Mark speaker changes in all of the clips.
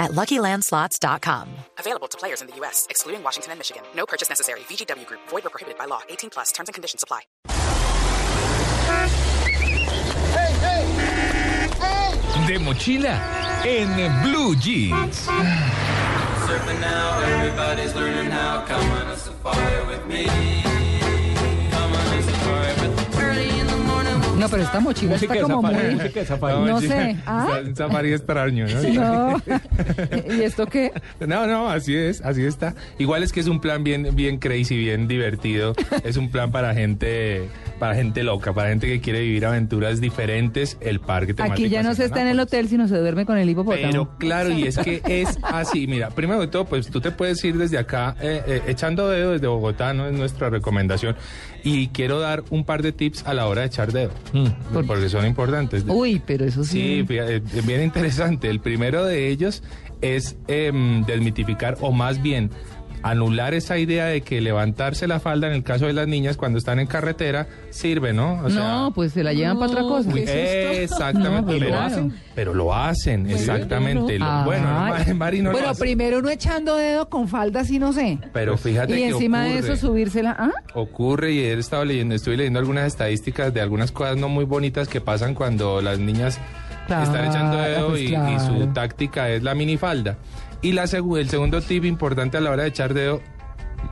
Speaker 1: at luckylandslots.com.
Speaker 2: Available to players in the U.S., excluding Washington and Michigan. No purchase necessary. VGW Group, void or prohibited by law. 18 plus terms and conditions apply.
Speaker 3: De mochila en Blue Jeans.
Speaker 4: surfing now. Everybody's learning how. Come on a safari with me. Come on a safari with me. Early in the morning. we'll
Speaker 5: No, pero esta mochila está como muy... No sé, ¿ah?
Speaker 3: Un safari extraño, ¿no?
Speaker 5: No. ¿Y esto qué?
Speaker 3: No, no, así es, así está. Igual es que es un plan bien, bien crazy, bien divertido. Es un plan para gente, para gente loca, para gente que quiere vivir aventuras diferentes. El parque temático.
Speaker 5: Aquí ya no se está en el
Speaker 3: Sacanápolis.
Speaker 5: hotel, sino se duerme con el hipopótamo.
Speaker 3: Pero claro, y es que es así. Mira, primero de todo, pues tú te puedes ir desde acá eh, eh, echando dedo desde Bogotá, no es nuestra recomendación. Y quiero dar un par de tips a la hora de echar dedo, porque son importantes.
Speaker 5: Uy, pero eso sí...
Speaker 3: Sí, fíjate, es bien interesante. El primero de ellos es em, desmitificar o más bien anular esa idea de que levantarse la falda en el caso de las niñas cuando están en carretera sirve, ¿no? O
Speaker 5: No, pues se la llevan para otra cosa.
Speaker 3: Uy, Exactamente,
Speaker 5: No, pues
Speaker 3: pero,
Speaker 5: claro.
Speaker 3: hacen, pero lo hacen, exactamente. Lo-
Speaker 5: Ay.
Speaker 3: Bueno, Mari- Mari no lo
Speaker 5: Bueno,
Speaker 3: hace.
Speaker 5: primero uno echando dedo con falda, sí, no sé.
Speaker 3: Pero fíjate
Speaker 5: Y
Speaker 3: que
Speaker 5: encima de
Speaker 3: ocurre,
Speaker 5: eso subírsela... ¿Ah?
Speaker 3: ocurre y he estado leyendo, estuve leyendo algunas estadísticas de algunas cosas no muy bonitas que pasan cuando las niñas
Speaker 5: Claro,
Speaker 3: están echando dedo
Speaker 5: pues
Speaker 3: y, y
Speaker 5: claro.
Speaker 3: su táctica es la minifalda. Y la segu- el segundo tip importante a la hora de echar dedo,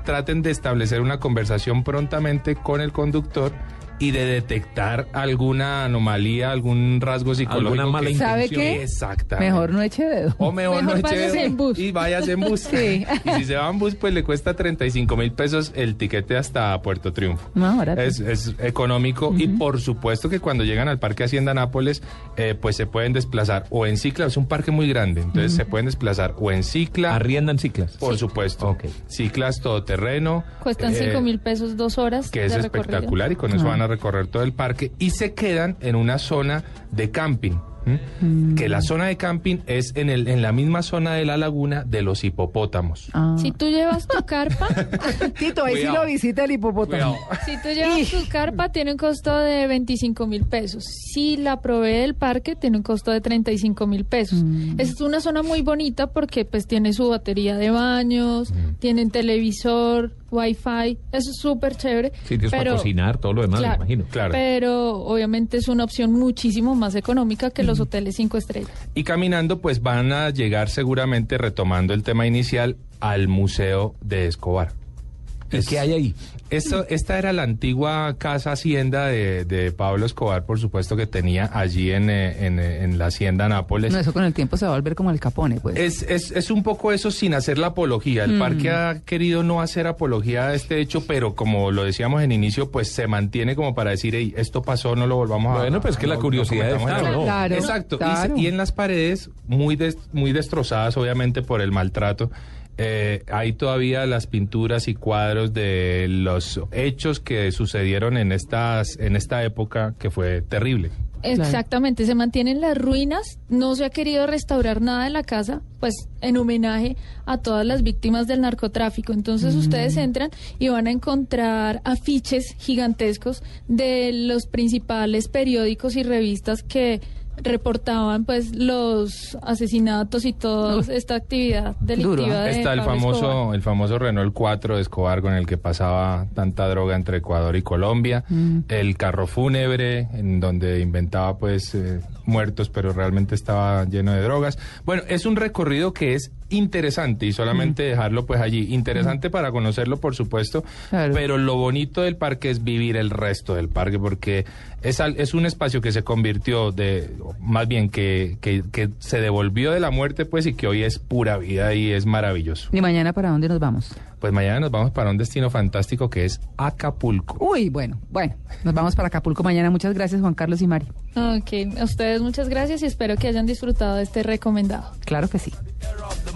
Speaker 3: traten de establecer una conversación prontamente con el conductor y de detectar alguna anomalía, algún rasgo psicológico.
Speaker 6: Alguna mala
Speaker 3: que-
Speaker 5: ¿Sabe qué?
Speaker 3: Exactamente.
Speaker 5: Mejor no eche dedo.
Speaker 3: O mejor, no eche
Speaker 5: váyase
Speaker 3: dedo
Speaker 5: en bus.
Speaker 3: Y vayas en bus.
Speaker 5: Sí.
Speaker 3: Y si se va en bus, pues le cuesta 35 mil pesos el tiquete hasta Puerto Triunfo.
Speaker 5: No, barato.
Speaker 3: Es, es económico y por supuesto que cuando llegan al Parque Hacienda Nápoles, eh, pues se pueden desplazar o en cicla, es un parque muy grande, entonces se pueden desplazar o en cicla,
Speaker 6: Arriendan ciclas.
Speaker 3: por supuesto,
Speaker 6: Ok.
Speaker 3: ciclas todoterreno.
Speaker 7: Cuestan
Speaker 3: eh,
Speaker 7: 5 mil pesos dos horas.
Speaker 3: que es
Speaker 7: de recorrido. Ah.
Speaker 3: espectacular y con eso van a recorrer todo el parque y se quedan en una zona de camping. ¿m?
Speaker 7: Mm.
Speaker 3: Que la zona de camping es en, el, en la misma zona de la laguna de los hipopótamos.
Speaker 5: Ah.
Speaker 7: Si tú llevas tu carpa,
Speaker 5: Tito, ahí sí
Speaker 3: Cuidado.
Speaker 5: lo visita el hipopótamo.
Speaker 7: si tú llevas tu carpa, tiene un costo de 25 mil pesos. Si la provee el parque, tiene un costo de 35 mil pesos. Es una zona muy bonita porque pues tiene su batería de baños,
Speaker 3: Mm.
Speaker 7: tienen televisor, wifi, eso es súper chévere.
Speaker 6: Sitios para
Speaker 7: pero-
Speaker 6: cocinar, todo lo demás,
Speaker 7: Claro.
Speaker 6: me imagino.
Speaker 3: Claro.
Speaker 7: Pero obviamente es una opción muchísimo más económica que
Speaker 3: Mm.
Speaker 7: los hoteles cinco estrellas.
Speaker 3: Y caminando pues van a llegar seguramente retomando el tema inicial al Museo de Escobar.
Speaker 6: ¿Y qué hay ahí?
Speaker 3: Esto- esta era la antigua casa hacienda de, de Pablo Escobar, por supuesto, que tenía allí en, eh, en, eh, en la hacienda Nápoles.
Speaker 5: No, eso con el tiempo se va a volver como el capone, pues. Mm.
Speaker 3: Es, es, es un poco eso sin hacer la apología. El parque ha querido no hacer apología de este hecho, pero como lo decíamos en inicio, pues se mantiene como para decir, "Ey, esto pasó, no lo volvamos a
Speaker 6: Bueno, pues que la
Speaker 3: no- no
Speaker 6: curiosidad
Speaker 3: cometamos
Speaker 6: está,
Speaker 3: el error".
Speaker 6: ¿no?
Speaker 5: Claro,
Speaker 3: Exacto. Y se-
Speaker 5: claro.
Speaker 3: Y, en las paredes, muy, des- muy destrozadas, obviamente, por el maltrato. eh, hay todavía las pinturas y cuadros de los hechos que sucedieron en estas en esta época que fue terrible.
Speaker 7: Exactamente, se mantienen las ruinas, no se ha querido restaurar nada de la casa, pues en homenaje a todas las víctimas del narcotráfico. Entonces ustedes entran y van a encontrar afiches gigantescos de los principales periódicos y revistas que reportaban pues los asesinatos y toda esta actividad delictiva
Speaker 5: Duro, ¿eh?
Speaker 7: de
Speaker 3: Está el
Speaker 7: Pablo Escobar.
Speaker 3: famoso, el famoso Renault 4 de Escobar con el que pasaba tanta droga entre Ecuador y Colombia. El carro fúnebre, en donde inventaba pues eh, muertos, pero realmente estaba lleno de drogas. Bueno, es un recorrido que es interesante y solamente dejarlo pues allí. Interesante para conocerlo, por supuesto,
Speaker 5: Claro.
Speaker 3: pero lo bonito del parque es vivir el resto del parque, porque es, al- es un espacio que se convirtió de, más bien que, que- que se devolvió de la muerte, pues, y que hoy es pura vida y es maravilloso.
Speaker 5: ¿Y mañana para dónde nos vamos?
Speaker 3: Pues mañana nos vamos para un destino fantástico que es Acapulco.
Speaker 5: Uy, bueno, bueno, nos vamos para Acapulco mañana. Muchas gracias, Juan Carlos y Mari.
Speaker 7: Ok, a ustedes muchas gracias y espero que hayan disfrutado de este recomendado.
Speaker 5: Claro que sí.
Speaker 4: They're off